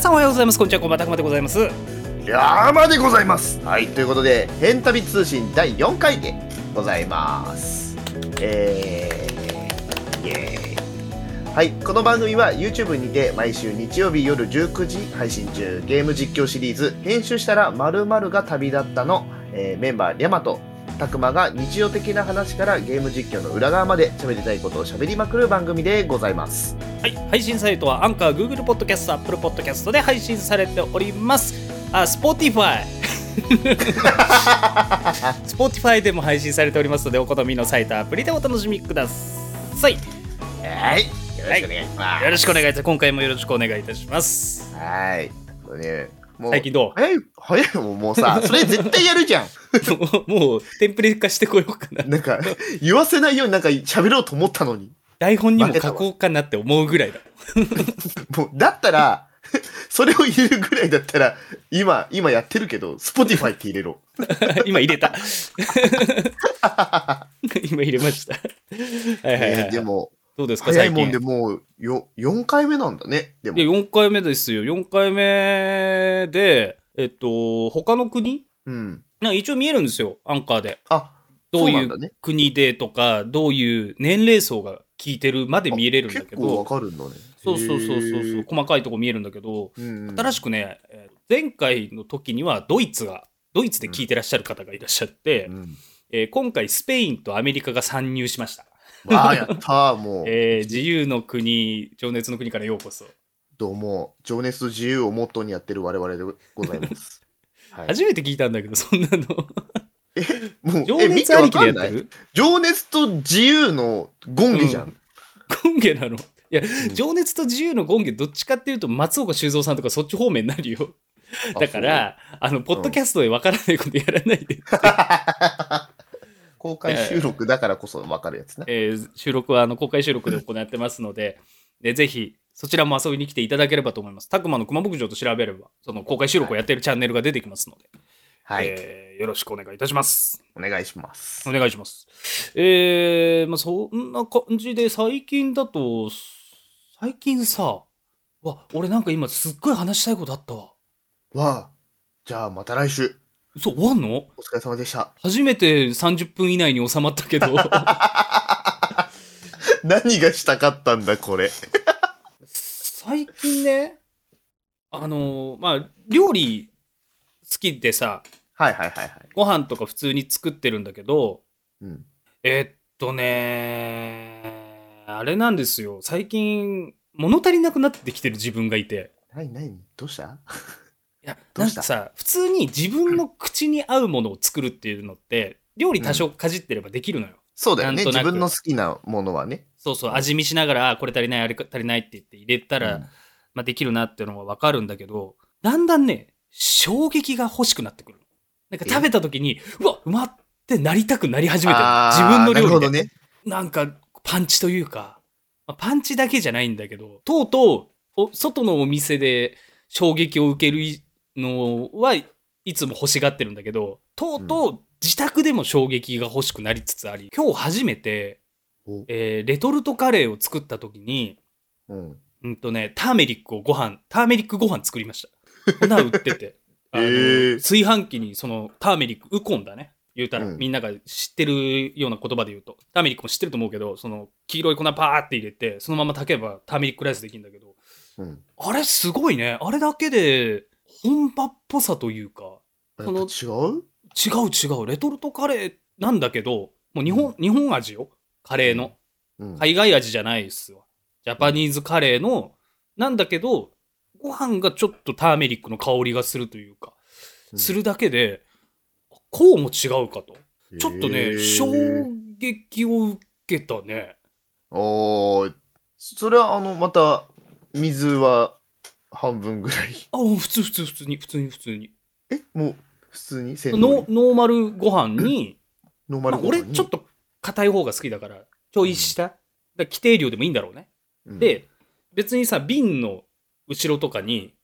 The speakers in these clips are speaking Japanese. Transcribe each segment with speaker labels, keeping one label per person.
Speaker 1: さんおはようございますこんにちはこんばんはたくまでございます
Speaker 2: 山でございますはいということで「変旅通信」第4回でございますえー、イエーイはいこの番組は YouTube にて毎週日曜日夜19時配信中ゲーム実況シリーズ「編集したら〇〇が旅立ったの」えーメンバーリャマとたくまが日常的な話からゲーム実況の裏側まで喋りたいことを喋りまくる番組でございます
Speaker 1: はい配信サイトはアンカー Google ポッドキャスト Apple ポッドキャストで配信されておりますあ Spotify Spotify でも配信されておりますのでお好みのサイトアプリでお楽しみくださいよ
Speaker 2: はいよろしくお願いします、
Speaker 1: ろしくお願いいたします今回もよろしくお願いいたします
Speaker 2: はい。これね、もう
Speaker 1: 最近ど
Speaker 2: 早い、早いもん、も うさ、それ絶対やるじゃん。
Speaker 1: うもう もうテンプレ化してこようかな
Speaker 2: なんか、言わせないようになんか喋ろうと思ったのに。
Speaker 1: 台本にも書こうかなって思うぐら いだ
Speaker 2: もう、だったら、それを言えるぐらいだったら、今、今やってるけど、Spotify って入れろ。
Speaker 1: 今入れ た今入れましたはいはい、はい
Speaker 2: えーでも、
Speaker 1: どうですか
Speaker 2: 早い
Speaker 1: 最
Speaker 2: も
Speaker 1: 近
Speaker 2: んでもう、よ、4回目なんだね。で
Speaker 1: いや
Speaker 2: も、
Speaker 1: 4回目ですよ4回目でえっと他の国
Speaker 2: うん。
Speaker 1: なんか一応見えるんですよアンカーで
Speaker 2: あ、
Speaker 1: どう
Speaker 2: そ
Speaker 1: いう
Speaker 2: なんだね
Speaker 1: う国でとかどういう年齢層が聞いてるまで見えれるんだ
Speaker 2: 結
Speaker 1: け
Speaker 2: 構わ
Speaker 1: ど
Speaker 2: かるんだね。
Speaker 1: そうそうそうそうそう細かいとこ見えるんだけど
Speaker 2: うん。
Speaker 1: 新しくねえー前回の時にはドイツがドイツで聞いてらっしゃる方がいらっしゃって、
Speaker 2: うん。
Speaker 1: えー今回スペインとアメリカが参入しました、
Speaker 2: わあ、やったー、も う。
Speaker 1: えー自由の国情熱の国からようこそ
Speaker 2: どうも、情熱と自由をモットーにやってる我々でござ います。はい、
Speaker 1: 初めて聞いたんだけどそんなの
Speaker 2: もう
Speaker 1: 情
Speaker 2: え見
Speaker 1: 熱
Speaker 2: て
Speaker 1: あ
Speaker 2: わ
Speaker 1: りき
Speaker 2: か
Speaker 1: で
Speaker 2: ん
Speaker 1: やっ
Speaker 2: な
Speaker 1: て
Speaker 2: い
Speaker 1: る
Speaker 2: 情熱と自由の権威じゃん。
Speaker 1: 権限なのいや、
Speaker 2: ん
Speaker 1: 情熱と自由の権限どっちかっていうと松岡修造さんとかそっち方面になるよ
Speaker 2: あ
Speaker 1: だからあのポッドキャストでわからないことやらないで、
Speaker 2: そう公開収録だからこそ分かるやつね。
Speaker 1: えー収録はあの公開収録で行ってますのででぜひそちらも遊びに来ていただければと思いますたくまの熊牧場と調べればその公開収録をやってるチャンネルが出てきますので、
Speaker 2: はい、
Speaker 1: えーよろしくお願いいたします
Speaker 2: お願いします
Speaker 1: お。願いしますえー、まあそんな感じで最近だと最近さわ俺なんか今すっごい話したいことあったわ
Speaker 2: わあ、じゃあまた来週、
Speaker 1: そう、終わんの
Speaker 2: お疲れ様でした。
Speaker 1: 初めて30分以内に収まったけど、
Speaker 2: 何がしたかったんだ、これ。
Speaker 1: 最近ね、あのーまあ、料理好きでさ、
Speaker 2: はいはいはいはい。
Speaker 1: ご飯とか普通に作ってるんだけど、
Speaker 2: うん、
Speaker 1: えっとねあれなんですよ、最近、物足りなくなってきてる自分がいて。
Speaker 2: 何何どうした
Speaker 1: いや、
Speaker 2: どう
Speaker 1: なん
Speaker 2: した
Speaker 1: かさ、普通に自分の口に合うものを作るっていうのって、料理多少かじってればできるのよ。
Speaker 2: そうだよ
Speaker 1: なん
Speaker 2: ね。
Speaker 1: とな
Speaker 2: 自
Speaker 1: く
Speaker 2: 分の好きなものはね。
Speaker 1: そうそうう、
Speaker 2: ん
Speaker 1: 味見しながら、あこれ足りない、あれ足りないって言って入れたら、
Speaker 2: うん
Speaker 1: まあ、できるなっていうのは分かるんだけどだんだんね衝撃が欲しくなってくるなんか食べた時にうわうまってなりたくなり始めてる
Speaker 2: あー
Speaker 1: 自分の
Speaker 2: なる
Speaker 1: 料
Speaker 2: ほ
Speaker 1: 理
Speaker 2: ど
Speaker 1: で
Speaker 2: ね。
Speaker 1: なんかパンチというか、まあパンチだけじゃないんだけどとうとうお外のお店で衝撃を受けるのはいつも欲しがってるんだけどとうとう自宅でも衝撃が欲しくなりつつあり今日初めて
Speaker 2: お、
Speaker 1: えーレトルトカレーを作った時に
Speaker 2: うん、
Speaker 1: うんとね、ターメリックをご飯、ターメリックご飯作りました。粉売ってて。あの
Speaker 2: へー
Speaker 1: 炊飯器にそのターメリック、ウコンだね。言うたら、
Speaker 2: うん
Speaker 1: みんなが知ってるような言葉で言うと、ターメリックも知ってると思うけど、その黄色い粉パーって入れて、そのまま炊けばターメリックライスできるんだけど、
Speaker 2: うん。
Speaker 1: あれすごいね。あれだけで本場っぽさというか、
Speaker 2: やっぱ違う
Speaker 1: 違う違う、レトルトカレーなんだけど、もう日本、日本味よ。カレーの。
Speaker 2: うん。
Speaker 1: 海外味じゃないっすわ。ジャパニーズカレーの、なんだけど、ご飯がちょっとターメリックの香りがするというか、
Speaker 2: うん
Speaker 1: するだけで、こうも違うかと。ちょっと
Speaker 2: へ
Speaker 1: ね、
Speaker 2: ー
Speaker 1: 衝撃を受けたね。
Speaker 2: おーそれはあのまた水は半分ぐらい
Speaker 1: あ、普通、普通、普通に、普通に、普通に。
Speaker 2: えもう普通に鮮度
Speaker 1: ノノーマルご飯に、
Speaker 2: ノーマ
Speaker 1: ま
Speaker 2: ル
Speaker 1: あ、俺ちょっと硬い方が好きだから、ちょい下。だから規定量でもいいんだろうね。
Speaker 2: と、
Speaker 1: で、別にさ、瓶の後ろとかに、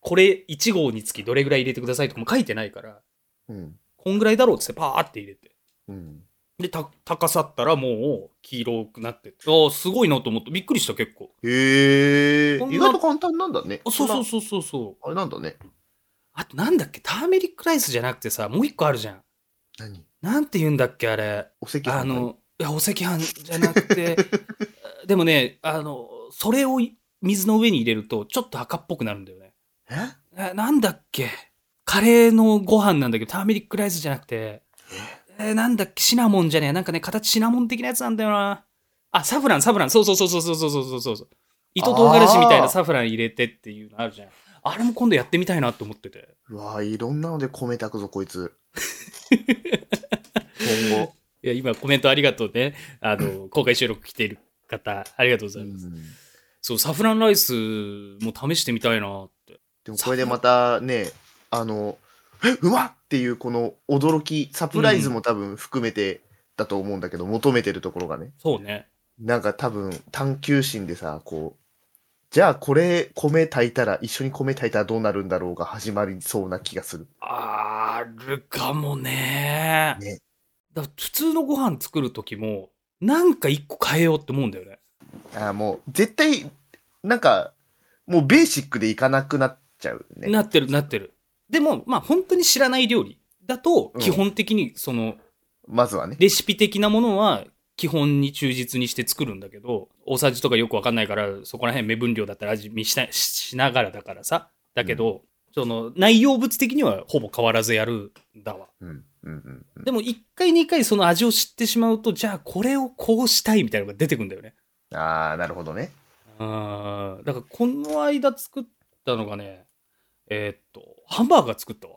Speaker 1: これ1号につきどれぐらい入れてくださいとかも書いてないから、
Speaker 2: うん
Speaker 1: こんぐらいだろうっつってパーって入れて。
Speaker 2: うん
Speaker 1: で、た、高さったらもう黄色くなっててああ、すごいなと思った。びっくりした、結構。
Speaker 2: へえ
Speaker 1: こんな
Speaker 2: 意外と簡単なんだね
Speaker 1: あそうそう
Speaker 2: そんな
Speaker 1: そうそうそう。
Speaker 2: あれなんだね
Speaker 1: あと、なんだっけ、ターメリックライスじゃなくてさ、もう一個あるじゃん。
Speaker 2: 何
Speaker 1: なんて言うんだっけ、あれ。
Speaker 2: お赤飯
Speaker 1: あの、いや、お赤飯じゃなく て、でもね、あの、それをい水の上に入れると、ちょっと赤っぽくなるんだよね。
Speaker 2: え
Speaker 1: え、なんだっけカレーのご飯なんだけど、ターメリックライスじゃなくて、えーなんだっけシナモンじゃねえ。なんかね、形シナモン的なやつなんだよな。あ、サフラン、サフラン。そうそうそうそうそうそうそうそうそう。糸唐辛子みたいなサフラン入れてっていうのあるじゃん。あれも今度やってみたいなと思ってて。
Speaker 2: うわいろんなので米炊くぞこい つ今後
Speaker 1: いや、今コメントありがとうね。あ の、公開収録来ている方、ありがとうございます。
Speaker 2: うん
Speaker 1: そう、サフランライスも試してみたいなって。
Speaker 2: でもこれでまたね、あの、えうまっっていうこの驚き、サプライズも多分含めてだと思うんだけど、求めてるところがね、
Speaker 1: そうね。
Speaker 2: なんか多分探求心でさ、こう、じゃあこれ米炊いたら、一緒に米炊いたらどうなるんだろうが始まりそうな気がする。
Speaker 1: あるかもね。
Speaker 2: ね
Speaker 1: だから普通のご飯作る時も、なんか一個変えようって思うんだよね。
Speaker 2: あーもう絶対、なんか、もうベーシックでいかなくなっちゃうね。
Speaker 1: なってるなってる。でも、まあ本当に知らない料理だと
Speaker 2: う、ん
Speaker 1: 基本的にその
Speaker 2: まずはね。
Speaker 1: レシピ的なものは基本に忠実にして作るんだけど、大さじとかよくわかんないから、そこら辺目分量だったら味見しなししながらだからさ。だけど、その内容物的にはほぼ変わらずやるんだわ。
Speaker 2: うん、うん、うんうん。
Speaker 1: でも一回二回その味を知ってしまうと、じゃあこれをこうしたいみたいなのが出てくるんだよね。
Speaker 2: ああ、なるほどね。
Speaker 1: あーだからこの間作ったのがね、えーっと、ハンバーガー作ったわ。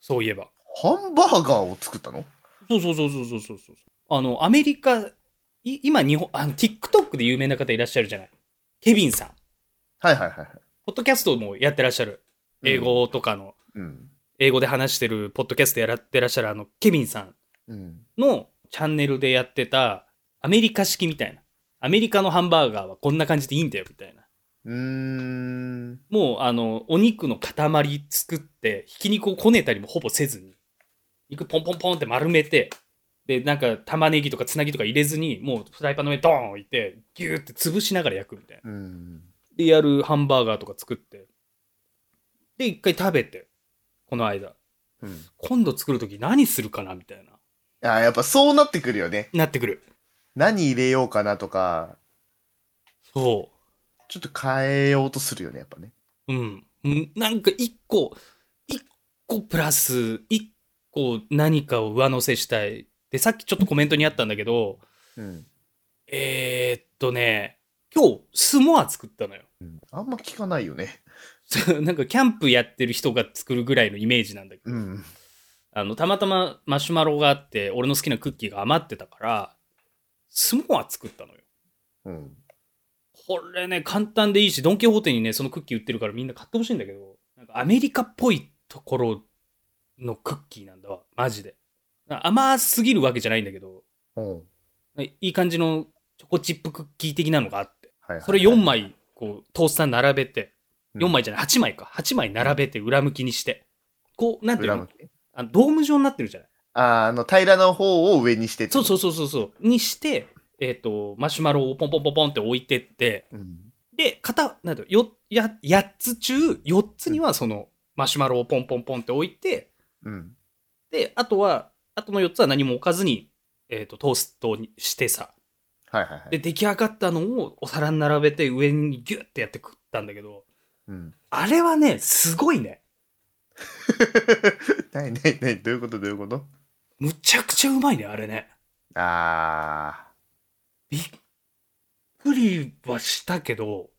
Speaker 1: そういえば。
Speaker 2: ハンバーガーを作ったの
Speaker 1: そうそうそうそうそうそうそう。あの、アメリカ、い今日本、あの、TikTok で有名な方いらっしゃるじゃない。ケビンさん。
Speaker 2: はいはいはいはい。
Speaker 1: ポッドキャストもやってらっしゃる。英語とかの、
Speaker 2: うん。
Speaker 1: 英語で話してるポッドキャストやらってらっしゃるあの、ケビンさん
Speaker 2: うん。
Speaker 1: のチャンネルでやってた、アメリカ式みたいな。アメリカのハンバーガーはこんな感じでいいんだよ、みたいな。
Speaker 2: うーん。
Speaker 1: もう、あの、お肉の塊作って、ひき肉をこねたりもほぼせずに、肉ポンポンポンって丸めて、で、なんか玉ねぎとかつなぎとか入れずに、もうフライパンの上にドーン置いて、ギューって潰しながら焼くみたいな。
Speaker 2: うん。
Speaker 1: で、やるハンバーガーとか作って、で、一回食べて、この間。
Speaker 2: うん。
Speaker 1: 今度作るとき何するかなみたいな。
Speaker 2: あーやっぱそうなってくるよね。
Speaker 1: なってくる。
Speaker 2: 何入れようかなとか、
Speaker 1: そう。
Speaker 2: ちょっと変えようとするよね、やっぱね。
Speaker 1: うん。うんなんか一個、一個プラス、一個何かを上乗せしたい。で、さっきちょっとコメントにあったんだけど、
Speaker 2: うん。
Speaker 1: えー、っとね、今日、スモア作ったのよ。
Speaker 2: うん、あんま聞かないよね。
Speaker 1: そうなんかキャンプやってる人が作るぐらいのイメージなんだけど、
Speaker 2: うん。
Speaker 1: あの、たまたまマシュマロがあって、俺の好きなクッキーが余ってたから、スモア作ったのよ。
Speaker 2: うん。
Speaker 1: これね、簡単でいいし、ドン・キホーテにね、そのクッキー売ってるからみんな買ってほしいんだけど、なんかアメリカっぽいところのクッキーなんだわ、マジで。な甘すぎるわけじゃないんだけど、
Speaker 2: うん。
Speaker 1: いい感じのチョコチップクッキー的なのがあって、
Speaker 2: はい、はい。
Speaker 1: それ4。枚、こう、トースター並べて、
Speaker 2: うん
Speaker 1: 4枚じゃない、8枚か、8枚並べて裏向きにして、こう、なんていう
Speaker 2: 裏
Speaker 1: の
Speaker 2: 向きね。
Speaker 1: あのドーム状になってるじゃない。
Speaker 2: あーあの、平らの方を上にして。
Speaker 1: そうそううそうそうそう。にして、えっ、と、マシュマロをポンポンポンポンって置いてって、
Speaker 2: うん。
Speaker 1: で、片、なんだろうよ、や、8つ中、4つにはその、マシュマロをポンポンポンって置いて、
Speaker 2: うん。
Speaker 1: で、あとは、あとの4つは何も置かずに、えっ、と、トーストにしてさ、
Speaker 2: はいはいはい。
Speaker 1: で、出来上がったのをお皿に並べて上にギュッてやって食ったんだけど、
Speaker 2: うん。
Speaker 1: あれはね、すごいね。
Speaker 2: ないないない。どういうことどういうこと
Speaker 1: むちゃくちゃうまいね、あれね。
Speaker 2: あ
Speaker 1: びっくりはしたけど、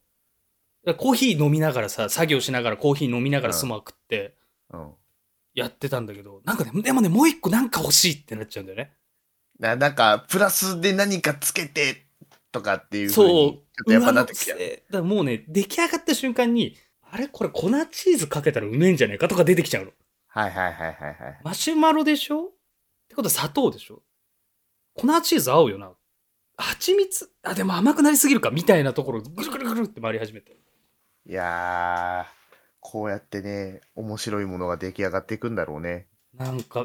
Speaker 1: コーヒー飲みながらさ、作業しながらコーヒー飲みながらスマー食って、
Speaker 2: あ。うん。
Speaker 1: やってたんだけど、なんかね、でもね、もう一個なんか欲しいってなっちゃうんだよね。
Speaker 2: ななんか、プラスで何かつけてとかっていうふう
Speaker 1: そう
Speaker 2: に、ちょっとやっぱなってきちゃう。
Speaker 1: 上乗せだからもうね、出来上がった瞬間に、あれこれ粉チーズかけたらうめえんじゃねえかとか出てきちゃうの。
Speaker 2: はいはいはいはいはい。
Speaker 1: マシュマロでしょってことは砂糖でしょ粉チーズ合うよな。蜂蜜あ、でも甘くなりすぎるかみたいなところ、ぐるぐるぐるって回り始めて。
Speaker 2: いやー、こうやってね、面白いものが出来上がっていくんだろうね。
Speaker 1: なんか、う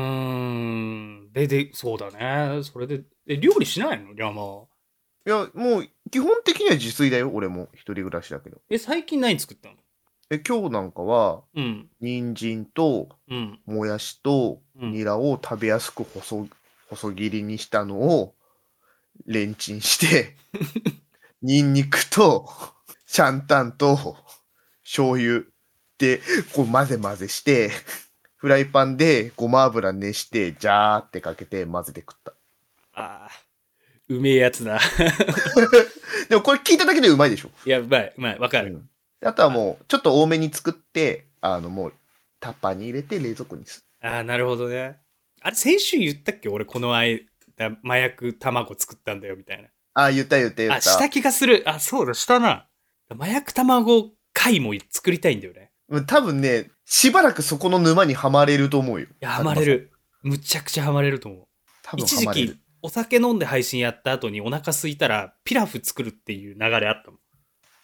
Speaker 1: ーん。で、で、そうだね。それで、え、料理しないのリャマ。
Speaker 2: いや、もう、基本的には自炊だよ、俺も。一人暮らしだけど。
Speaker 1: え、最近何作ったの
Speaker 2: え、今日なんかは、
Speaker 1: うん。
Speaker 2: 人参と、
Speaker 1: うん。
Speaker 2: もやしと、
Speaker 1: うん
Speaker 2: ニラを食べやすく細、細切りにしたのを、レンチ ンして、ニンニクと、シャンタンと、醤油で、こう混ぜ混ぜして、フライパンでごま油熱して、ジャーってかけて混ぜて食った。
Speaker 1: ああ。うめえやつだ。
Speaker 2: でもこれ聞いただけでうまいでしょ
Speaker 1: いや、うまい、うまい。わかる。
Speaker 2: あとはもう、ちょっと多めに作って、あの、もう、タッパーに入れて冷蔵庫にす
Speaker 1: ああ、なるほどね。あれ、先週言ったっけ俺、この間、麻薬卵作ったんだよ、みたい
Speaker 2: ああ、言った言った言
Speaker 1: な。
Speaker 2: っ。
Speaker 1: あ、したた気がする。あ、そうだ、したな。麻薬卵貝も作りたいんだよね。
Speaker 2: うん多分ね、しばらくそこの沼にはまれると思うよ。
Speaker 1: いや、ハマれる。むちゃくちゃハマれると思う。
Speaker 2: 多分
Speaker 1: 一
Speaker 2: は
Speaker 1: 時
Speaker 2: まれる
Speaker 1: 期。、お酒飲んで配信やった後にお腹空いたら、ピラフ作るっていう流れあったもん。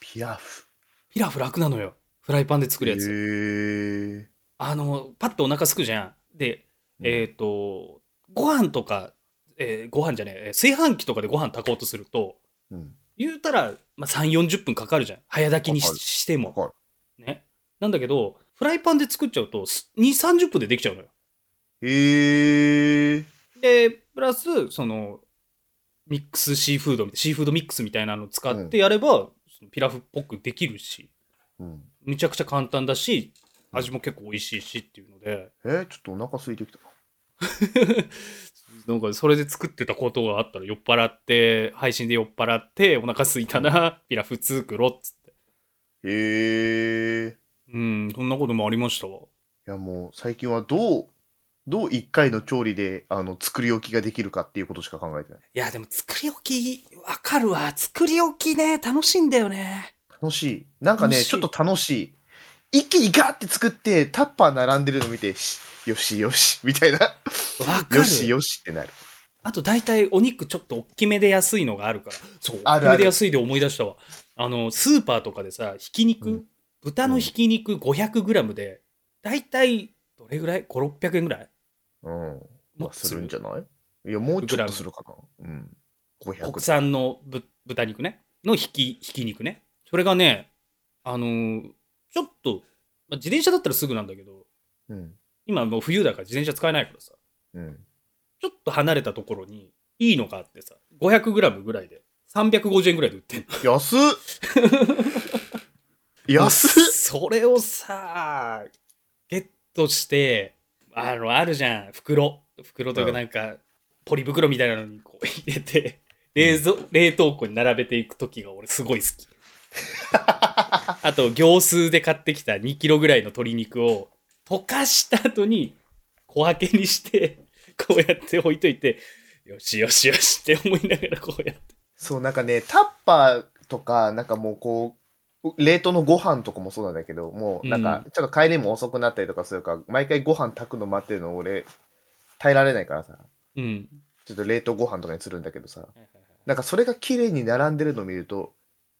Speaker 2: ピラフ。
Speaker 1: ピラフ楽なのよ。フライパンで作るやつ。
Speaker 2: へえ。
Speaker 1: あの、パッとお腹すくじゃん。で、
Speaker 2: うん
Speaker 1: えっ、と、ご飯とか、えーご飯じゃねええー、炊飯器とかでご飯炊こうとすると、
Speaker 2: うん。
Speaker 1: 言うたら、まあ、3、40分かかるじゃん。早炊きに
Speaker 2: かか
Speaker 1: し
Speaker 2: る
Speaker 1: しても。
Speaker 2: かか
Speaker 1: ね。なんだけど、フライパンで作っちゃうと、す2、30分でできちゃうのよ。
Speaker 2: へえ。
Speaker 1: で、プラス、その、ミックスシーフードみたい、シーフードミックスみたいなのを使ってやれば、そのピラフっぽくできるし、
Speaker 2: うん。
Speaker 1: めちゃくちゃ簡単だし、味も結構美味しいしっていうので、
Speaker 2: えー、ちょっとお腹空いてきた。
Speaker 1: なんかそれで作ってたことがあったら酔っ払って、配信で酔っ払って、お腹空いたな、ピラフ作ろうっつって。
Speaker 2: へえ。
Speaker 1: うん、そんなこともありましたわ。
Speaker 2: いやもう、最近はどう、どう一回の調理で、あの、作り置きができるかっていうことしか考えてない。
Speaker 1: いや、でも作り置き、わかるわ。作り置きね、楽しいんだよね。
Speaker 2: 楽しい。なんかね、
Speaker 1: 楽しい
Speaker 2: ちょっと楽しい。一気にガーって作って、タッパー並んでるの見て、しよしよし、みたいな。
Speaker 1: わかる。
Speaker 2: よしよしってなる。
Speaker 1: あと大体お肉ちょっと大きめで安いのがあるから。そう。
Speaker 2: ある
Speaker 1: 大
Speaker 2: あ
Speaker 1: きめ
Speaker 2: る
Speaker 1: で安いで思い出したわ。あの、スーパーとかでさ、ひき肉、
Speaker 2: うん
Speaker 1: 豚のひき肉 500g で、大体どれぐらい ?5、600円ぐらい
Speaker 2: うん。
Speaker 1: もっと
Speaker 2: するんじゃないいや、もうちょっとするかな。うん。500
Speaker 1: 国産のぶ豚肉ね。のひき、ひき肉ね。それがね、あのーちょっと、まあ自転車だったらすぐなんだけど、
Speaker 2: うん。
Speaker 1: 今もう冬だから自転車使えないからさ、
Speaker 2: うん。
Speaker 1: ちょっと離れたところにいいのがあってさ、500g ぐらいで、350円ぐらいで売ってんの
Speaker 2: 安っ安っ
Speaker 1: それをさゲットしてあのあるじゃん袋袋というか
Speaker 2: うん
Speaker 1: なんか、ポリ袋みたいなのにこう 入れて冷蔵冷凍庫に並べていく時が俺すごい好 きあと行数で買ってきた2キロぐらいの鶏肉を溶かした後に小分けにしてこうやって置いといてよしよしよしって思いながらこうやって
Speaker 2: そう、なんかね、タッパーとか、なんかもうこう、冷凍のご飯とかもそうなんだけど、もうなんか、ちょっと帰りも遅くなったりとかするから、毎回ご飯炊くの待ってるの俺、耐えられないからさ、
Speaker 1: うん
Speaker 2: ちょっと冷凍ご飯とかにするんだけどさ、なんかそれが綺麗に並んでるのを見ると、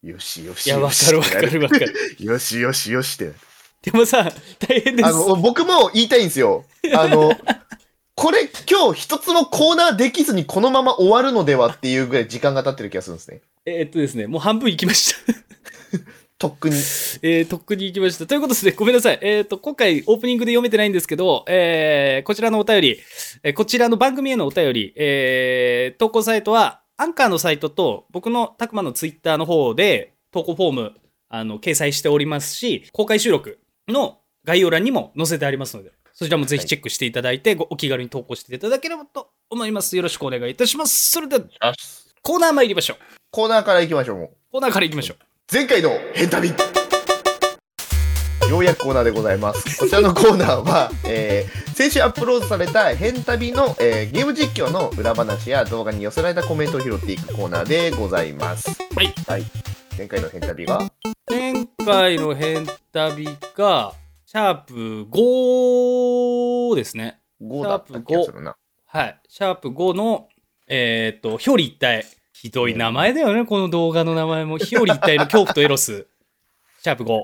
Speaker 2: よしよ
Speaker 1: い
Speaker 2: し
Speaker 1: や
Speaker 2: よ
Speaker 1: わ
Speaker 2: し
Speaker 1: かるわか
Speaker 2: ってな
Speaker 1: るわかる
Speaker 2: よしよしよしって。
Speaker 1: でもさ大変です
Speaker 2: あの、僕も言いたいんで すよ。あの、これ今日一つもコーナーできずにこのまま終わるのではっていうぐらい時間が経ってる気がするんですね。
Speaker 1: えーっとですね、もう半分行きました。
Speaker 2: とっくに。
Speaker 1: えー、とっくに行きました。ということで、ごめんなさい。えーっと、今回オープニングで読めてないんですけど、えーこちらのお便り、えーこちらの番組へのお便り、えー投稿サイトは、アンカーのサイトと、僕のたくまのツイッターの方で、投稿フォーム、あの、掲載しておりますし、公開収録の概要欄にも載せてありますので、そちらもぜひチェックしていただいて、ごお気軽に投稿していただければと思います。よろしくお願いいたします。それでは、コーナー参りましょう。
Speaker 2: コーナーから行きましょう、もう。
Speaker 1: コーナーから行きましょう。
Speaker 2: 前回の変旅。ようやくコーナーでござ います。こちらのコーナーは、えー先週アップロードされた変旅の、えーゲーム実況の裏話や動画に寄せられたコメントを拾っていくコーナーでございます。
Speaker 1: はい。
Speaker 2: はい。前回の変旅が、
Speaker 1: 前回の変旅が、シャープ5ですね。
Speaker 2: 5だった気がするな。
Speaker 1: はい。シャープ5の、えっ、と、表裏一体。ひどい名前だよね、この動画の名前も。表裏一体の恐怖とエロス。シャープ5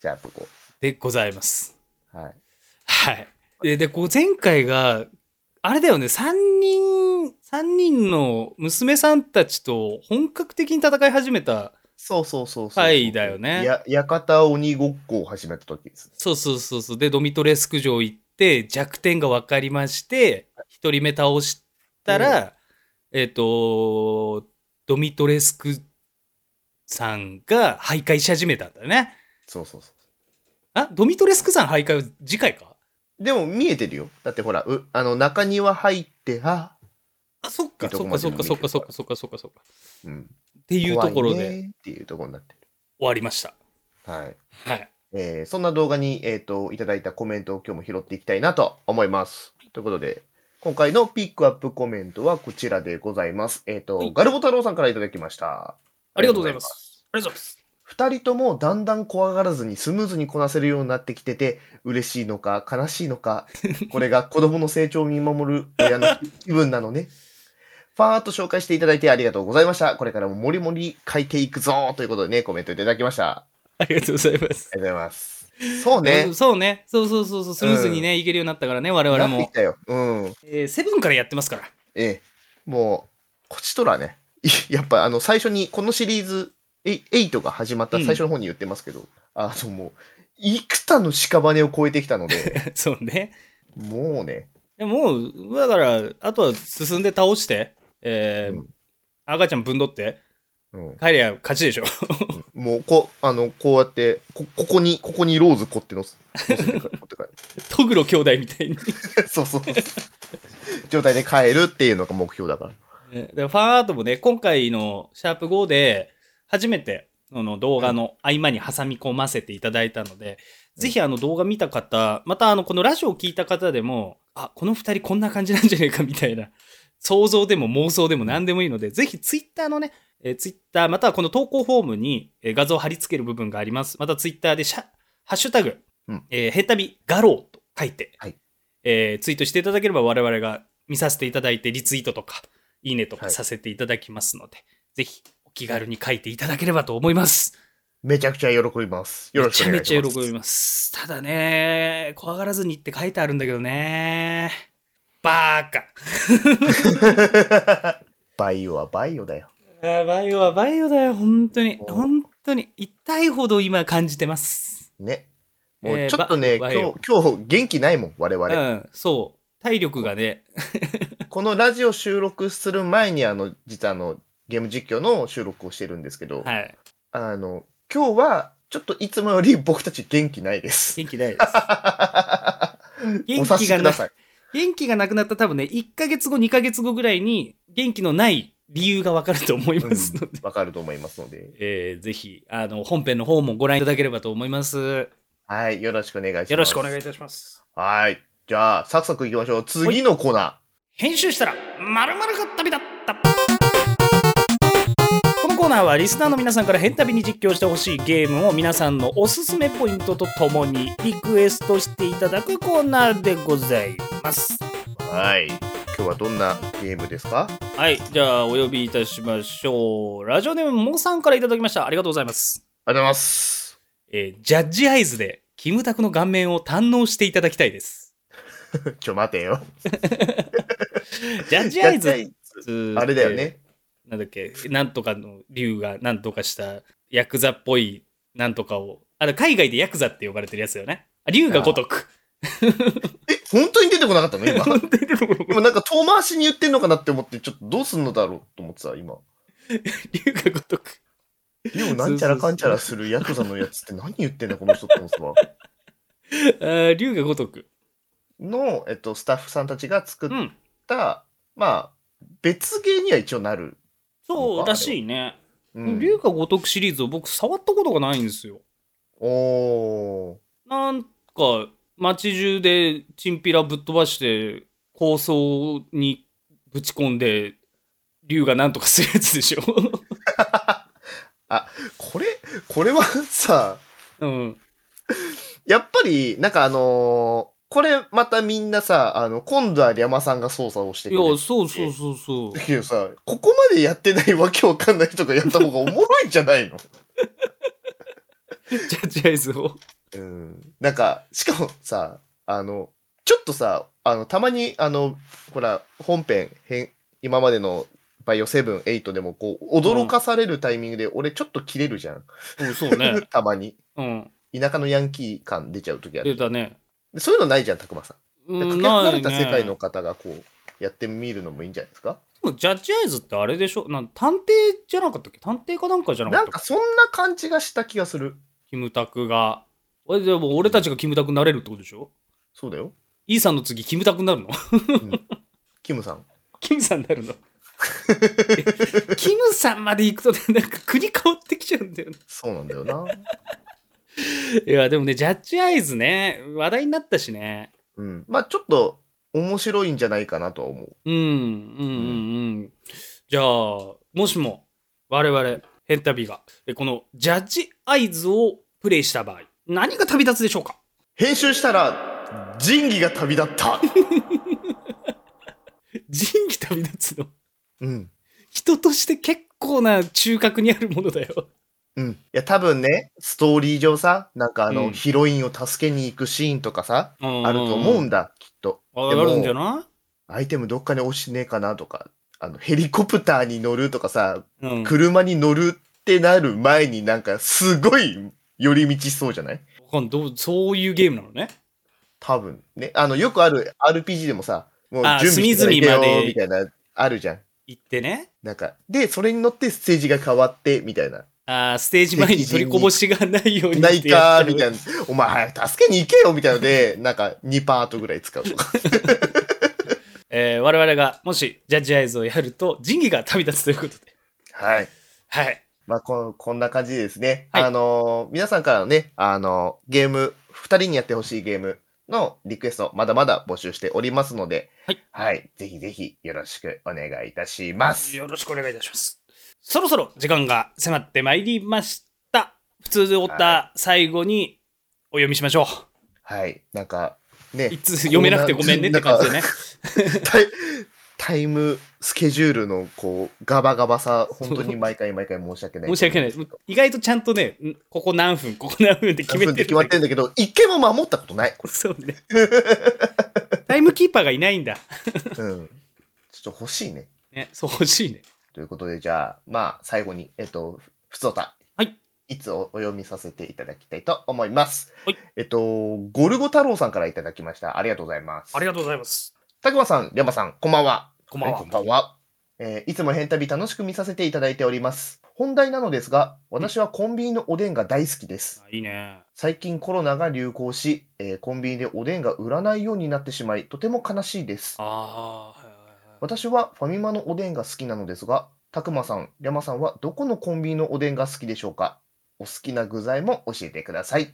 Speaker 2: じゃあ、ここ。
Speaker 1: でございます。
Speaker 2: はい。
Speaker 1: はい。で、で、こう前回が、あれだよね、3人、三人の娘さんたちと本格的に戦い始めた。
Speaker 2: そうそうそうそう。
Speaker 1: 回だよね
Speaker 2: や、館鬼ごっこを始めた時ですね。
Speaker 1: そうそうそうそう。で、ドミトレスク城行って、弱点が分かりまして、一人目倒したら、えっ、と、ドミトレスクさんが徘徊し始めたんだよね。
Speaker 2: そうそうそ
Speaker 1: あ、ドミトレスクさん徘徊は次回か
Speaker 2: う。でも見えてるよ。だってほら、うあの中庭入って、あ、
Speaker 1: あ、そっか、
Speaker 2: いいと
Speaker 1: そ
Speaker 2: こ
Speaker 1: っ
Speaker 2: ま
Speaker 1: か、
Speaker 2: で
Speaker 1: そっ
Speaker 2: の
Speaker 1: か、そっか、そっか、そっか、そっか、そっか。
Speaker 2: うん。
Speaker 1: っていうところ
Speaker 2: 怖い
Speaker 1: で
Speaker 2: ねっていうところになって
Speaker 1: 終わりました。
Speaker 2: る。はい。
Speaker 1: はい。
Speaker 2: えーそんな動画に、えー、といただいたコメントを今日も拾っていきたいなと思います。ということで、今回のピックアップコメントはこちらでございます。えっ、と、
Speaker 1: はい
Speaker 2: ガルボ太郎さんからいただきました。
Speaker 1: ありがとうございま
Speaker 2: あ
Speaker 1: す。ありがとうございます。
Speaker 2: 二人ともだんだん怖がらずにスムーズにこなせるようになってきてて、嬉しいのか悲しいのか、これが子供の成長を見守る親の気分なのね。ファーッと紹介していただいてありがとうございました。これからももりもり書いていくぞーということでね、コメントいただきました。
Speaker 1: ありがとうございます
Speaker 2: あ。りがとうございます。そうね
Speaker 1: うん。そうね。そうそうそうそう。スムーズにね、いけるようになったからね、我々
Speaker 2: なって
Speaker 1: も
Speaker 2: き。たよ。うん。
Speaker 1: えーセブンからやってますから。
Speaker 2: ええ、もう、こちとらね、 いやっぱあの最初にこのシリーズ、え8が始まった
Speaker 1: うん
Speaker 2: 最初の方に言ってますけど、あのもう、幾多の屍を越えてきたので、
Speaker 1: そうね。
Speaker 2: もうね、
Speaker 1: でもう、だから、あとは進んで倒して、えー
Speaker 2: うん
Speaker 1: 赤ちゃんぶんどって、
Speaker 2: うん、
Speaker 1: 帰りゃ勝ちでしょ。
Speaker 2: もうこ、あの、こうやって、こ、ここに、ここにローズこってのす、乗せてか持って帰
Speaker 1: トグロ兄弟みたいに。
Speaker 2: るそうそうそう。状態で帰るっていうのが目標だから。
Speaker 1: ねでファンアートもね、今回のシャープ5で、初めて、その動画の合間に挟み込ませていただいたので、
Speaker 2: うん
Speaker 1: ぜひあの動画見た方、またあのこのラジオを聞いた方でも、あ、この二人こんな感じなんじゃねえかみたいな、想像でも妄想でも何でもいいので、ぜひツイッターのね、えツイッター Twitter またはこの投稿フォームにえー画像を貼り付ける部分があります。またツイッターでシャ、ハッシュタグ、
Speaker 2: うん
Speaker 1: えーヘタビガローと書いて、
Speaker 2: はい
Speaker 1: えーツイートしていただければ我々が見させていただいて、リツイートとか、いいねと
Speaker 2: は
Speaker 1: か
Speaker 2: い
Speaker 1: させていただきますので、ぜひお気軽に書いていただければと思います。
Speaker 2: めちゃくちゃ喜びます。よろしくお願いし
Speaker 1: め
Speaker 2: ます。
Speaker 1: ちゃめちゃ喜びます。ただね、怖がらずにって書いてあるんだけどね。バーカ。
Speaker 2: バイオはバイオだよ。
Speaker 1: やばいわ、バイオだよ、本当に。
Speaker 2: お
Speaker 1: 本当に。痛いほど今感じてます。
Speaker 2: ね。も
Speaker 1: え
Speaker 2: う
Speaker 1: ー
Speaker 2: ちょっとね、
Speaker 1: ば
Speaker 2: 今
Speaker 1: バ
Speaker 2: 日
Speaker 1: イオ、
Speaker 2: 今日元気ないもん、我々。
Speaker 1: うん、そう。体力がね、
Speaker 2: このラジオ収録する前に、あの、実はあの、ゲーム実況の収録をしてるんですけど、
Speaker 1: はい。
Speaker 2: あの、今日は、ちょっといつもより僕たち元気ないです。
Speaker 1: 元気 ないです。
Speaker 2: お
Speaker 1: 元
Speaker 2: 察
Speaker 1: 気
Speaker 2: し
Speaker 1: が
Speaker 2: く
Speaker 1: な
Speaker 2: だ、さい。
Speaker 1: 元気がなくなった多分ね、1ヶ月後、2ヶ月後ぐらいに元気のない理由がわかると思いますので。
Speaker 2: わかると思いますので、
Speaker 1: えーぜひあの本編の方もご覧いただければと思います。
Speaker 2: はい、よろしくお願いします。
Speaker 1: よろしくお願
Speaker 2: い
Speaker 1: いいたします。
Speaker 2: はい。じゃあ、サクサクいきましょう。次のコーナ
Speaker 1: 編集したらまるまるが旅立った。このコーナーはリスナーの皆さんから変旅に実況してほしいゲームを皆さんのおすすめポイントとともにリクエストしていただくコーナーでございます。
Speaker 2: ー。はい。今日はどんなゲームですか
Speaker 1: はい、じゃあお呼びいたしましょう。ラジオネームもさんからいただきました。ありがとうございます。
Speaker 2: ありがとうございます。
Speaker 1: えージャッジアイズでキムタクの顔面を堪能していただきたいです。
Speaker 2: ちょ、待てよ。
Speaker 1: ジャッジアイズ
Speaker 2: やりたいあれだよね。。
Speaker 1: なんだっけ、なんとかの竜がなんとかしたヤクザっぽいなんとかを、あれ海外でヤクザって呼ばれてるやつだよね。あ竜が如く。
Speaker 2: え、本当に出てこなかったの 今。
Speaker 1: 本当に出てこない
Speaker 2: 今なんか遠回しに言ってんのかなって思って、ちょっとどうすんのだろうと思ってた、今。
Speaker 1: 竜が如く。
Speaker 2: ようなんちゃらかんちゃらするヤクザのやつって何言ってんだ、この人って思ってたわ。
Speaker 1: あー竜が如く。
Speaker 2: の、えっと、スタッフさんたちが作っ
Speaker 1: うん。
Speaker 2: た、まあ、別ゲーには一応なる。
Speaker 1: そうらしいね。
Speaker 2: うん、
Speaker 1: 竜が如くシリーズを僕触ったことがないんですよ。
Speaker 2: おー。
Speaker 1: なんか街中でチンピラぶっ飛ばして構想にぶち込んで竜がなんとかするやつでしょ。
Speaker 2: これ、これは さ、
Speaker 1: うん。
Speaker 2: やっぱり、なんかあのーこれまたみんなさ、あの、今度はリャマさんが操作をして
Speaker 1: い
Speaker 2: くれ
Speaker 1: や、
Speaker 2: る。
Speaker 1: そうそうそうそう
Speaker 2: だ。けどさ、ここまでやってないわけわかんない人がやった方がおもろいんじ ゃないの
Speaker 1: ジャッジアイズを。
Speaker 2: うんなんか、しかもさ、あの、ちょっとさ、あの、たまに、あの、ほら、本編、へん今までのバイオセブン、エイトでも、こう、驚かされるタイミングで、俺ちょっと切れるじゃん。
Speaker 1: うん、そうね。
Speaker 2: たまに。
Speaker 1: うん。
Speaker 2: 田舎のヤンキー感出ちゃう時あ
Speaker 1: 出
Speaker 2: る。
Speaker 1: たね。
Speaker 2: でそういうのないじゃん、たくまさん。
Speaker 1: う
Speaker 2: でか
Speaker 1: ん、
Speaker 2: け離
Speaker 1: な
Speaker 2: れ
Speaker 1: い
Speaker 2: た世界
Speaker 1: ね
Speaker 2: の。方が、こう、やってみるのもいいんじゃないですか
Speaker 1: でもジャッジアイズってあれでしょなん探偵じゃなかったっけ探偵かなんかじゃなか
Speaker 2: な
Speaker 1: っ
Speaker 2: ん
Speaker 1: たっ
Speaker 2: か、
Speaker 1: け
Speaker 2: そんな感じがした気がする。
Speaker 1: キムタクが。えでも俺たちがキムタクになれるってことでしょ
Speaker 2: そうだよ。
Speaker 1: イーさんの次、キムタクになるの
Speaker 2: キムさん。
Speaker 1: キムさんになるの えキムさんまで行くとね、なんか 国変わってきちゃうんだよね。
Speaker 2: そうなんだよな。
Speaker 1: いや、でもね、ジャッジアイズね、話題になったしね。
Speaker 2: うん。まあちょっと、面白いんじゃないかなとは思う。
Speaker 1: うん、うん、うん、うん。じゃあ、もしも、我々、ヘンタビが、えこのジャッジアイズをプレイした場合、何が旅立つでしょうか
Speaker 2: 編集したら、仁義が旅 立った。
Speaker 1: 人気旅立つの。
Speaker 2: うん。
Speaker 1: 人として結構な中核にあるものだよ。
Speaker 2: うん。いや、多分ね、ストーリー上さ、なんかあの、
Speaker 1: うん
Speaker 2: ヒロインを助けに行くシーンとかさ、
Speaker 1: あ
Speaker 2: あると思うん
Speaker 1: だ。
Speaker 2: だ、きっと。
Speaker 1: あ
Speaker 2: でも
Speaker 1: るんじゃな
Speaker 2: アイテムどっかに落ちてねえかなとか、あの、ヘリコプターに乗るとかさ、
Speaker 1: い、うん、わ
Speaker 2: 車に乗るってなる前になんか、すごい寄り道しそうじゃない
Speaker 1: かんどうそういうゲームなのね。
Speaker 2: 多分ね。あの、よくある RPG でもさ、もう
Speaker 1: あ
Speaker 2: 準備して
Speaker 1: 隅々まで
Speaker 2: みたいな、あるじゃん。
Speaker 1: 行ってね。
Speaker 2: なんか、で、それに乗ってステージが変わって、みたいな。
Speaker 1: あーステージ前 に取りこぼしがないように
Speaker 2: ないかーみ
Speaker 1: い
Speaker 2: たいな。お前早く助けに行けよみたいので、なんか2パートぐらい使うとか。
Speaker 1: えー我々がもしジャッジアイズをやると仁義が旅立つということで。
Speaker 2: はい。
Speaker 1: はい。
Speaker 2: まあ、ここんな感じでですね、
Speaker 1: はい
Speaker 2: あのー皆さんからのね、あのーゲーム、2人にやってほしいゲームのリクエスト、まだまだ募集しておりますので、
Speaker 1: はい。
Speaker 2: ぜひぜひよろしくお願いいたします。
Speaker 1: よろしくお願いいたします。そろそろ時間が迫ってまいりました。普通でおった最後にお読みしましょ
Speaker 2: はい。なんか、
Speaker 1: う。
Speaker 2: ね
Speaker 1: い、つ読めなくてごめんねって感じでね。
Speaker 2: タイタイムスケジュールの、こう、ガバガバさ、本当に毎回毎回申し訳ない。
Speaker 1: 申し訳 ない。意外とちゃんとね、んここ何分、ここ何分って決
Speaker 2: 決
Speaker 1: め
Speaker 2: め
Speaker 1: てるんだけ
Speaker 2: て決
Speaker 1: ど
Speaker 2: まってるんだけど、一回も守ったことない。
Speaker 1: そうね。タイムキーパーがいないんだ。
Speaker 2: うん。ちょっと欲しいね。
Speaker 1: ね、そう欲しいね。
Speaker 2: ということで、じゃあ、まあ、最後に、えっと、ふつおた。
Speaker 1: はい。
Speaker 2: いつをお読みさせていただきたいと思います。
Speaker 1: はい。
Speaker 2: えっと、ゴルゴ太郎さんからいただきました。ありがとうございます。
Speaker 1: がとうございます。
Speaker 2: たくまさん、りゃまさん、こんばんは。
Speaker 1: こんばんは
Speaker 2: こんばんは。えーいつも変旅楽しく見させていただいております。本題なのですが、私はコンビニのおでんが大好きです。
Speaker 1: いいね。
Speaker 2: 最近コロナが流行し、えーコンビニでおでんが売らないようになってしまい、とても悲しいです。
Speaker 1: ああ、はいはいはい
Speaker 2: 私はファミマのおでんが好きなのですが、たくまさん、りゃまさんはどこのコンビニのおでんが好きでしょうかお好きな具材も教えてください。い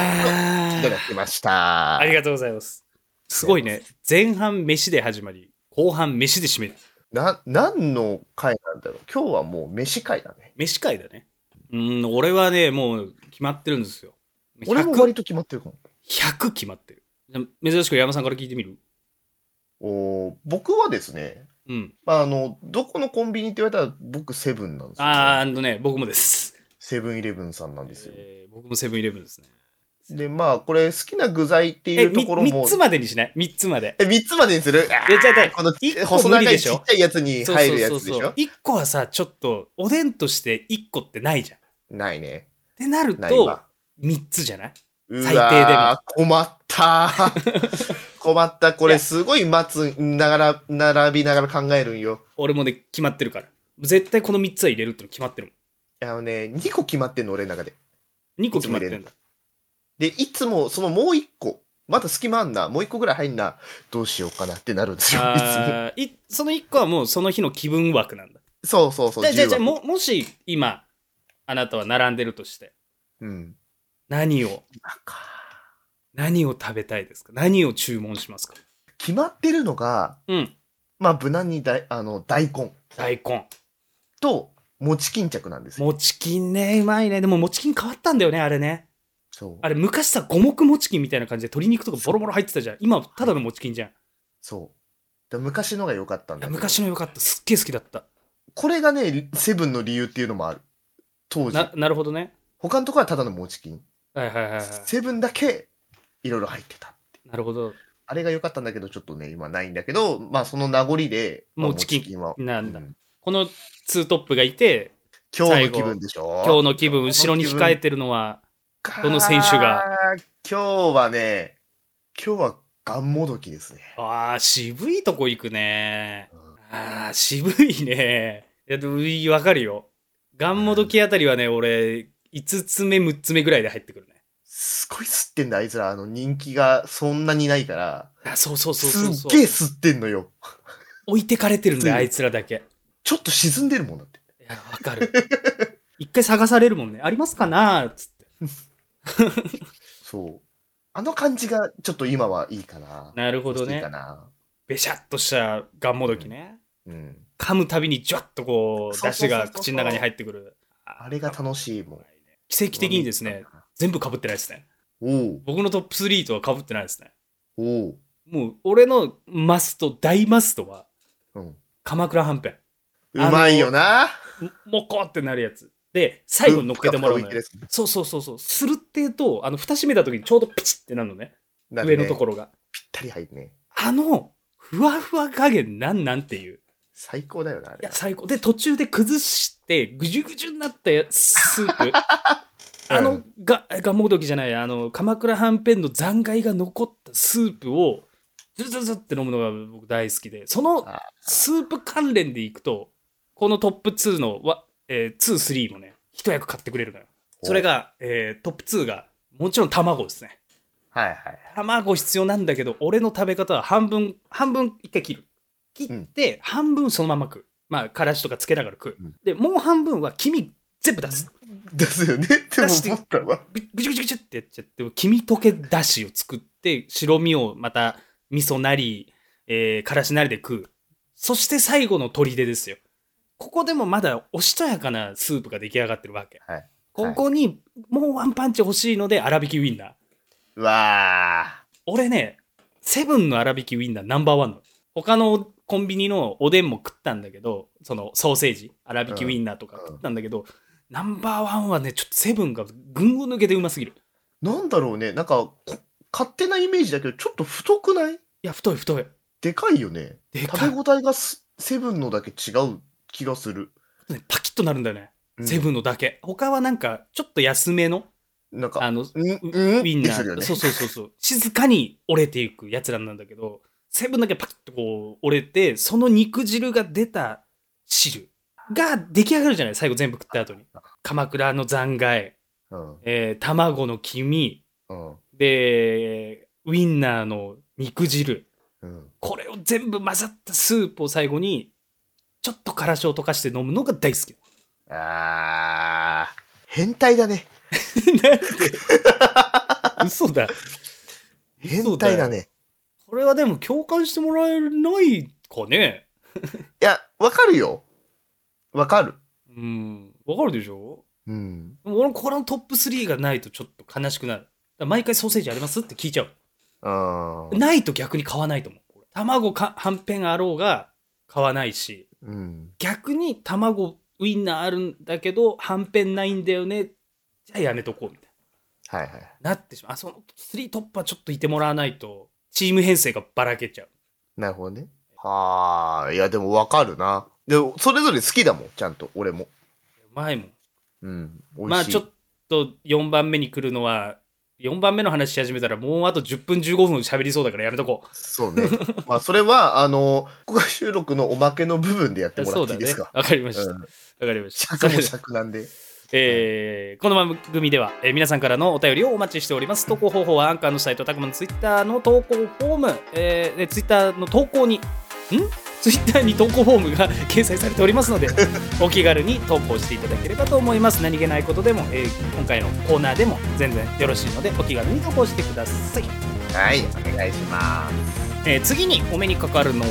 Speaker 1: あ
Speaker 2: ただきました。
Speaker 1: ありがとうございます。すごいね。前半飯で始まり、後半飯で締める。
Speaker 2: な、何の回なんだろう今日はもう飯会だね。
Speaker 1: 飯会だね。うん、俺はね、もう決まってるんですよ。
Speaker 2: 俺も割と決まってるかも。
Speaker 1: 100決まってる。珍しく山さんから聞いてみる
Speaker 2: おー僕はですね、
Speaker 1: うん。
Speaker 2: まあ、あの、どこのコンビニって言われたら僕セブンなんですよ、
Speaker 1: あーあのね、僕もです。
Speaker 2: セブンイレブンさんなんですよ。
Speaker 1: えー僕もセブンイレブンですね。
Speaker 2: で、まあ、これ好きな具材ってい
Speaker 1: え、
Speaker 2: うと
Speaker 1: み
Speaker 2: ころも。
Speaker 1: 3つまでにしない ?3 つまで。
Speaker 2: え、三つまでにするあー
Speaker 1: いや違う違う
Speaker 2: この
Speaker 1: 一個
Speaker 2: 細
Speaker 1: 無理
Speaker 2: 長
Speaker 1: で
Speaker 2: い
Speaker 1: し
Speaker 2: ち
Speaker 1: ょ
Speaker 2: っちゃいやつに入るやつでしょ
Speaker 1: 1個はさ、ちょっと、おでんとして1個ってないじゃん。っ
Speaker 2: ないね。
Speaker 1: てなる
Speaker 2: ない
Speaker 1: と
Speaker 2: わ、。
Speaker 1: 3つじゃないう最低でも
Speaker 2: わー 困った。困った。こ
Speaker 1: い
Speaker 2: れ
Speaker 1: や
Speaker 2: すごい待つながら、並びながら考えるんよ。
Speaker 1: 俺もね、決まってるから。絶対この3つは入れるっての決まってる
Speaker 2: あのね、2個決まってんの、俺の中で。
Speaker 1: もん。2個決まってるん
Speaker 2: い
Speaker 1: だ。
Speaker 2: で、いつもそのもう1個、まだ隙間あんな、もう1個ぐらい入んな、どうしようかなってなるんですよ。いつも
Speaker 1: あーいその1個はもうその日の気分枠なんだ。
Speaker 2: そうそうそう。
Speaker 1: じゃあじゃあじゃあ
Speaker 2: 自由は
Speaker 1: も、もし今、あなたは並んでるとして、
Speaker 2: うん。
Speaker 1: 何を、
Speaker 2: なんか
Speaker 1: 何を食べたいですか何を注文しますか
Speaker 2: 決まってるのが、
Speaker 1: うん。
Speaker 2: まあ、無難にだいあの大根
Speaker 1: 大根。
Speaker 2: と餅巾着なんですよ。
Speaker 1: もちきんね、うまいね。でも、もちきん変わったんだよね、あれね。
Speaker 2: そう
Speaker 1: あれ、昔さ、五目もちきんみたいな感じで鶏肉とかボロボロ入ってたじゃん。今、ただのもちきんじゃん。い
Speaker 2: そう。だ昔のが良かったんだ
Speaker 1: や
Speaker 2: けど
Speaker 1: 昔の良かった。すっげえ好きだった。
Speaker 2: これがね、セブンの理由っていうのもある。当時。
Speaker 1: な、なるほどね。
Speaker 2: 他のところはただの餅巾。
Speaker 1: はいはいはいはい。
Speaker 2: セブンだけいろいろ入ってた。
Speaker 1: なるほど。
Speaker 2: あれが良かったんだけど、ちょっとね、今ないんだけど、まあその名残で、
Speaker 1: もう
Speaker 2: まあ
Speaker 1: チキン
Speaker 2: は。
Speaker 1: なんだ
Speaker 2: うん
Speaker 1: このツートップがいて、
Speaker 2: 今日
Speaker 1: 最
Speaker 2: の
Speaker 1: 後
Speaker 2: 気分でしょ
Speaker 1: 今日の気分、後ろに控えてるのは、どの選手が。
Speaker 2: 今日はね、今日はガンもどきですね。
Speaker 1: ああ、渋いとこ行くね。
Speaker 2: うん
Speaker 1: ああ、渋いね。いや、でもいいわかるよ。ガンモドキあたりはね、俺、5つ目、6つ目ぐらいで入ってくるね。
Speaker 2: すごい吸ってんだ、あいつら。あの人気がそんなにないから。
Speaker 1: あそうそうそう
Speaker 2: す
Speaker 1: そう
Speaker 2: っ
Speaker 1: そう。
Speaker 2: げえ吸ってんのよ。
Speaker 1: 置いてかれてるんだよ、
Speaker 2: うん
Speaker 1: あいつらだけ。
Speaker 2: ちょっと沈んでるもんだって。
Speaker 1: いや、わかる。 一回探されるもんね。ありますかなつって。
Speaker 2: そう。あの感じがちょっと今はいいかな。
Speaker 1: なるほど
Speaker 2: いいか
Speaker 1: ね。
Speaker 2: な。
Speaker 1: べしゃっとしたガンモドキね。
Speaker 2: うん。
Speaker 1: 噛むたびにジュワッとこう、
Speaker 2: そう
Speaker 1: 出
Speaker 2: そうそうそう
Speaker 1: 汁が口の中に入ってくる。
Speaker 2: あれが楽しいもん。
Speaker 1: 奇跡的にですね、。全部被ってないですね。
Speaker 2: おう
Speaker 1: 僕のトップ3とは被ってないですね。
Speaker 2: おう。
Speaker 1: もう、俺のマスト、大マストは、
Speaker 2: うん。
Speaker 1: 鎌倉はんぺん。
Speaker 2: うまいよな。
Speaker 1: もこってなるやつ。で、最後に乗っけてもらう
Speaker 2: ぷ
Speaker 1: の
Speaker 2: かぷか浮い
Speaker 1: よ。
Speaker 2: てるや
Speaker 1: そうそうそうそう。するってえと、あの、蓋閉めた時にちょうどピチってなるのね。
Speaker 2: つなるね
Speaker 1: 上のところが。
Speaker 2: ぴったり入るね。
Speaker 1: あの、ふわふわ加減なんなんていう。
Speaker 2: 最高だよな、あ
Speaker 1: い
Speaker 2: れ
Speaker 1: や、。最高。で、途中で崩して、ぐじゅぐじゅになったやス ープ。あ
Speaker 2: う
Speaker 1: の
Speaker 2: ん、
Speaker 1: が、がもどきじゃない、あの、鎌倉はんぺんの残骸が残ったスープを、ズルズルズルって飲むのが僕大好きで、その
Speaker 2: あ
Speaker 1: スープ関連でいくと、このトップ2のわ、えー、2、3もね、一役買ってくれるのよ。それが、えートップ2が、もちろん卵ですね。
Speaker 2: はいはい。
Speaker 1: 卵必要なんだけど、俺の食べ方は半分、半分一回切る。切って、半分そのまま食う。まあ、からしとかつけながら食う。
Speaker 2: うん
Speaker 1: で、もう半分は黄身全部出す。
Speaker 2: ですよね。 って思ったわ。
Speaker 1: ぐぐちゅぐちゅぐちゅってやっちゃって、黄身溶けだしを作って、白身をまた味噌なり、えー、からしなりで食う。そして最後の砦ですよ。ここでもまだおしとやかなスープが出来上がってるわけ。
Speaker 2: はい
Speaker 1: ここにもうワンパンチ欲しいので、粗挽きウインナー。
Speaker 2: うわあ。
Speaker 1: 俺ね、セブンの粗挽きウインナーナンバーワンなの。他のコンビニのおでんも食ったんだけど、そのソーセージ、粗挽きウインナーとか
Speaker 2: うん
Speaker 1: 食ったんだけど、ナンバーワンはね、ちょっとセブンが群を抜けてうますぎる。
Speaker 2: なんだろうね。なんか、こ勝手なイメージだけど、ちょっと太くない
Speaker 1: いや、太い太い。
Speaker 2: でかいよね。
Speaker 1: でかい
Speaker 2: 食べ応えがすセブンのだけ違う気がする。
Speaker 1: ねパキッとなるんだよね。セ
Speaker 2: ン。
Speaker 1: ブンのだけ。他はなんか、ちょっと安めの、
Speaker 2: なんか、
Speaker 1: あの、
Speaker 2: うん、
Speaker 1: ウインナ
Speaker 2: ですよ
Speaker 1: ー、
Speaker 2: ね
Speaker 1: そうそうそうそう。静かに折れていくやつらなんだけど、セブンだけパキッとこう折れて、その肉汁が出た汁が出来上がるじゃない最後全部食った後に。鎌倉の残骸、
Speaker 2: うん
Speaker 1: えー卵の黄身、
Speaker 2: うん
Speaker 1: で、ウインナーの肉汁。
Speaker 2: うん
Speaker 1: これを全部混ざったスープを最後に、ちょっとからしを溶かして飲むのが大好き。
Speaker 2: あー変態だね。
Speaker 1: なんで嘘だ。
Speaker 2: 変態だね。
Speaker 1: これはでも共感してもらえないかね
Speaker 2: いや、わかるよ。わかる。
Speaker 1: うん。わかるでしょ
Speaker 2: うん。
Speaker 1: でも俺もこのトップ3がないとちょっと悲しくなる。だから毎回ソーセージありますって聞いちゃう。
Speaker 2: あー
Speaker 1: ないと逆に買わないと思う。卵か、はんぺんあろうが買わないし、
Speaker 2: うん。
Speaker 1: 逆に卵ウインナーあるんだけど、はんぺんないんだよね。じゃあやめとこうみたい
Speaker 2: はいはい。
Speaker 1: な。なってしまう。あ、その3トップはちょっといてもらわないと、チーム編成がばらけちゃう。
Speaker 2: なるほどね。はあ、いや、でもわかるな。でも、それぞれ好きだもん、ちゃんと、俺も。
Speaker 1: うまいもん。
Speaker 2: うん。美味しい。
Speaker 1: まあちょっと4番目に来るのは4番目の話し始めたらもうあと10分15分喋りそうだからやめとこう。
Speaker 2: そうね。まあ、それは、あの、公開収録のおまけの部分でやってもら
Speaker 1: そ
Speaker 2: っ
Speaker 1: う
Speaker 2: てい
Speaker 1: だ
Speaker 2: いです
Speaker 1: ね。
Speaker 2: か。
Speaker 1: わかりました。わ、
Speaker 2: うん
Speaker 1: かりました。
Speaker 2: 尺も
Speaker 1: それで
Speaker 2: 尺なんで。
Speaker 1: えーこの番組では、えー皆さんからのお便りをお待ちしております。投稿方法はアンカーのサイト、たくまのツイッターの投稿フォーム、えー、ツイッターの投稿に、んツイッターに投稿フォームが 掲載されておりますので、お気軽に投稿していただければと思います。何気ないことでも、えー今回のコーナーでも全然よろしいので、お気軽に投稿してください。
Speaker 2: はい、お願いします。
Speaker 1: えー次にお目にかかるの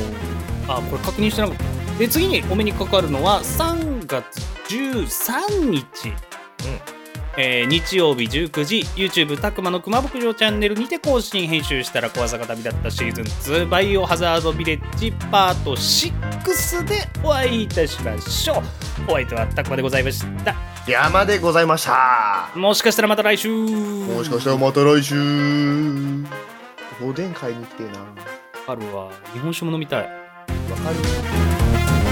Speaker 1: あこれ確認してなかったで次にお目にかかるのは3月13日、えー日曜日19時 YouTube たくまのくま牧場チャンネルにて更新編集したら小技が旅立ったシーズン2バイオハザードビレッジパート6でお会いいたしましょうお相手はたくまでございました
Speaker 2: 山でございました。
Speaker 1: もしかしたらまた来週
Speaker 2: もしかしたらまた来週。おでん買いに行ってえな
Speaker 1: わかるわ。日本酒も飲みたい。わかる。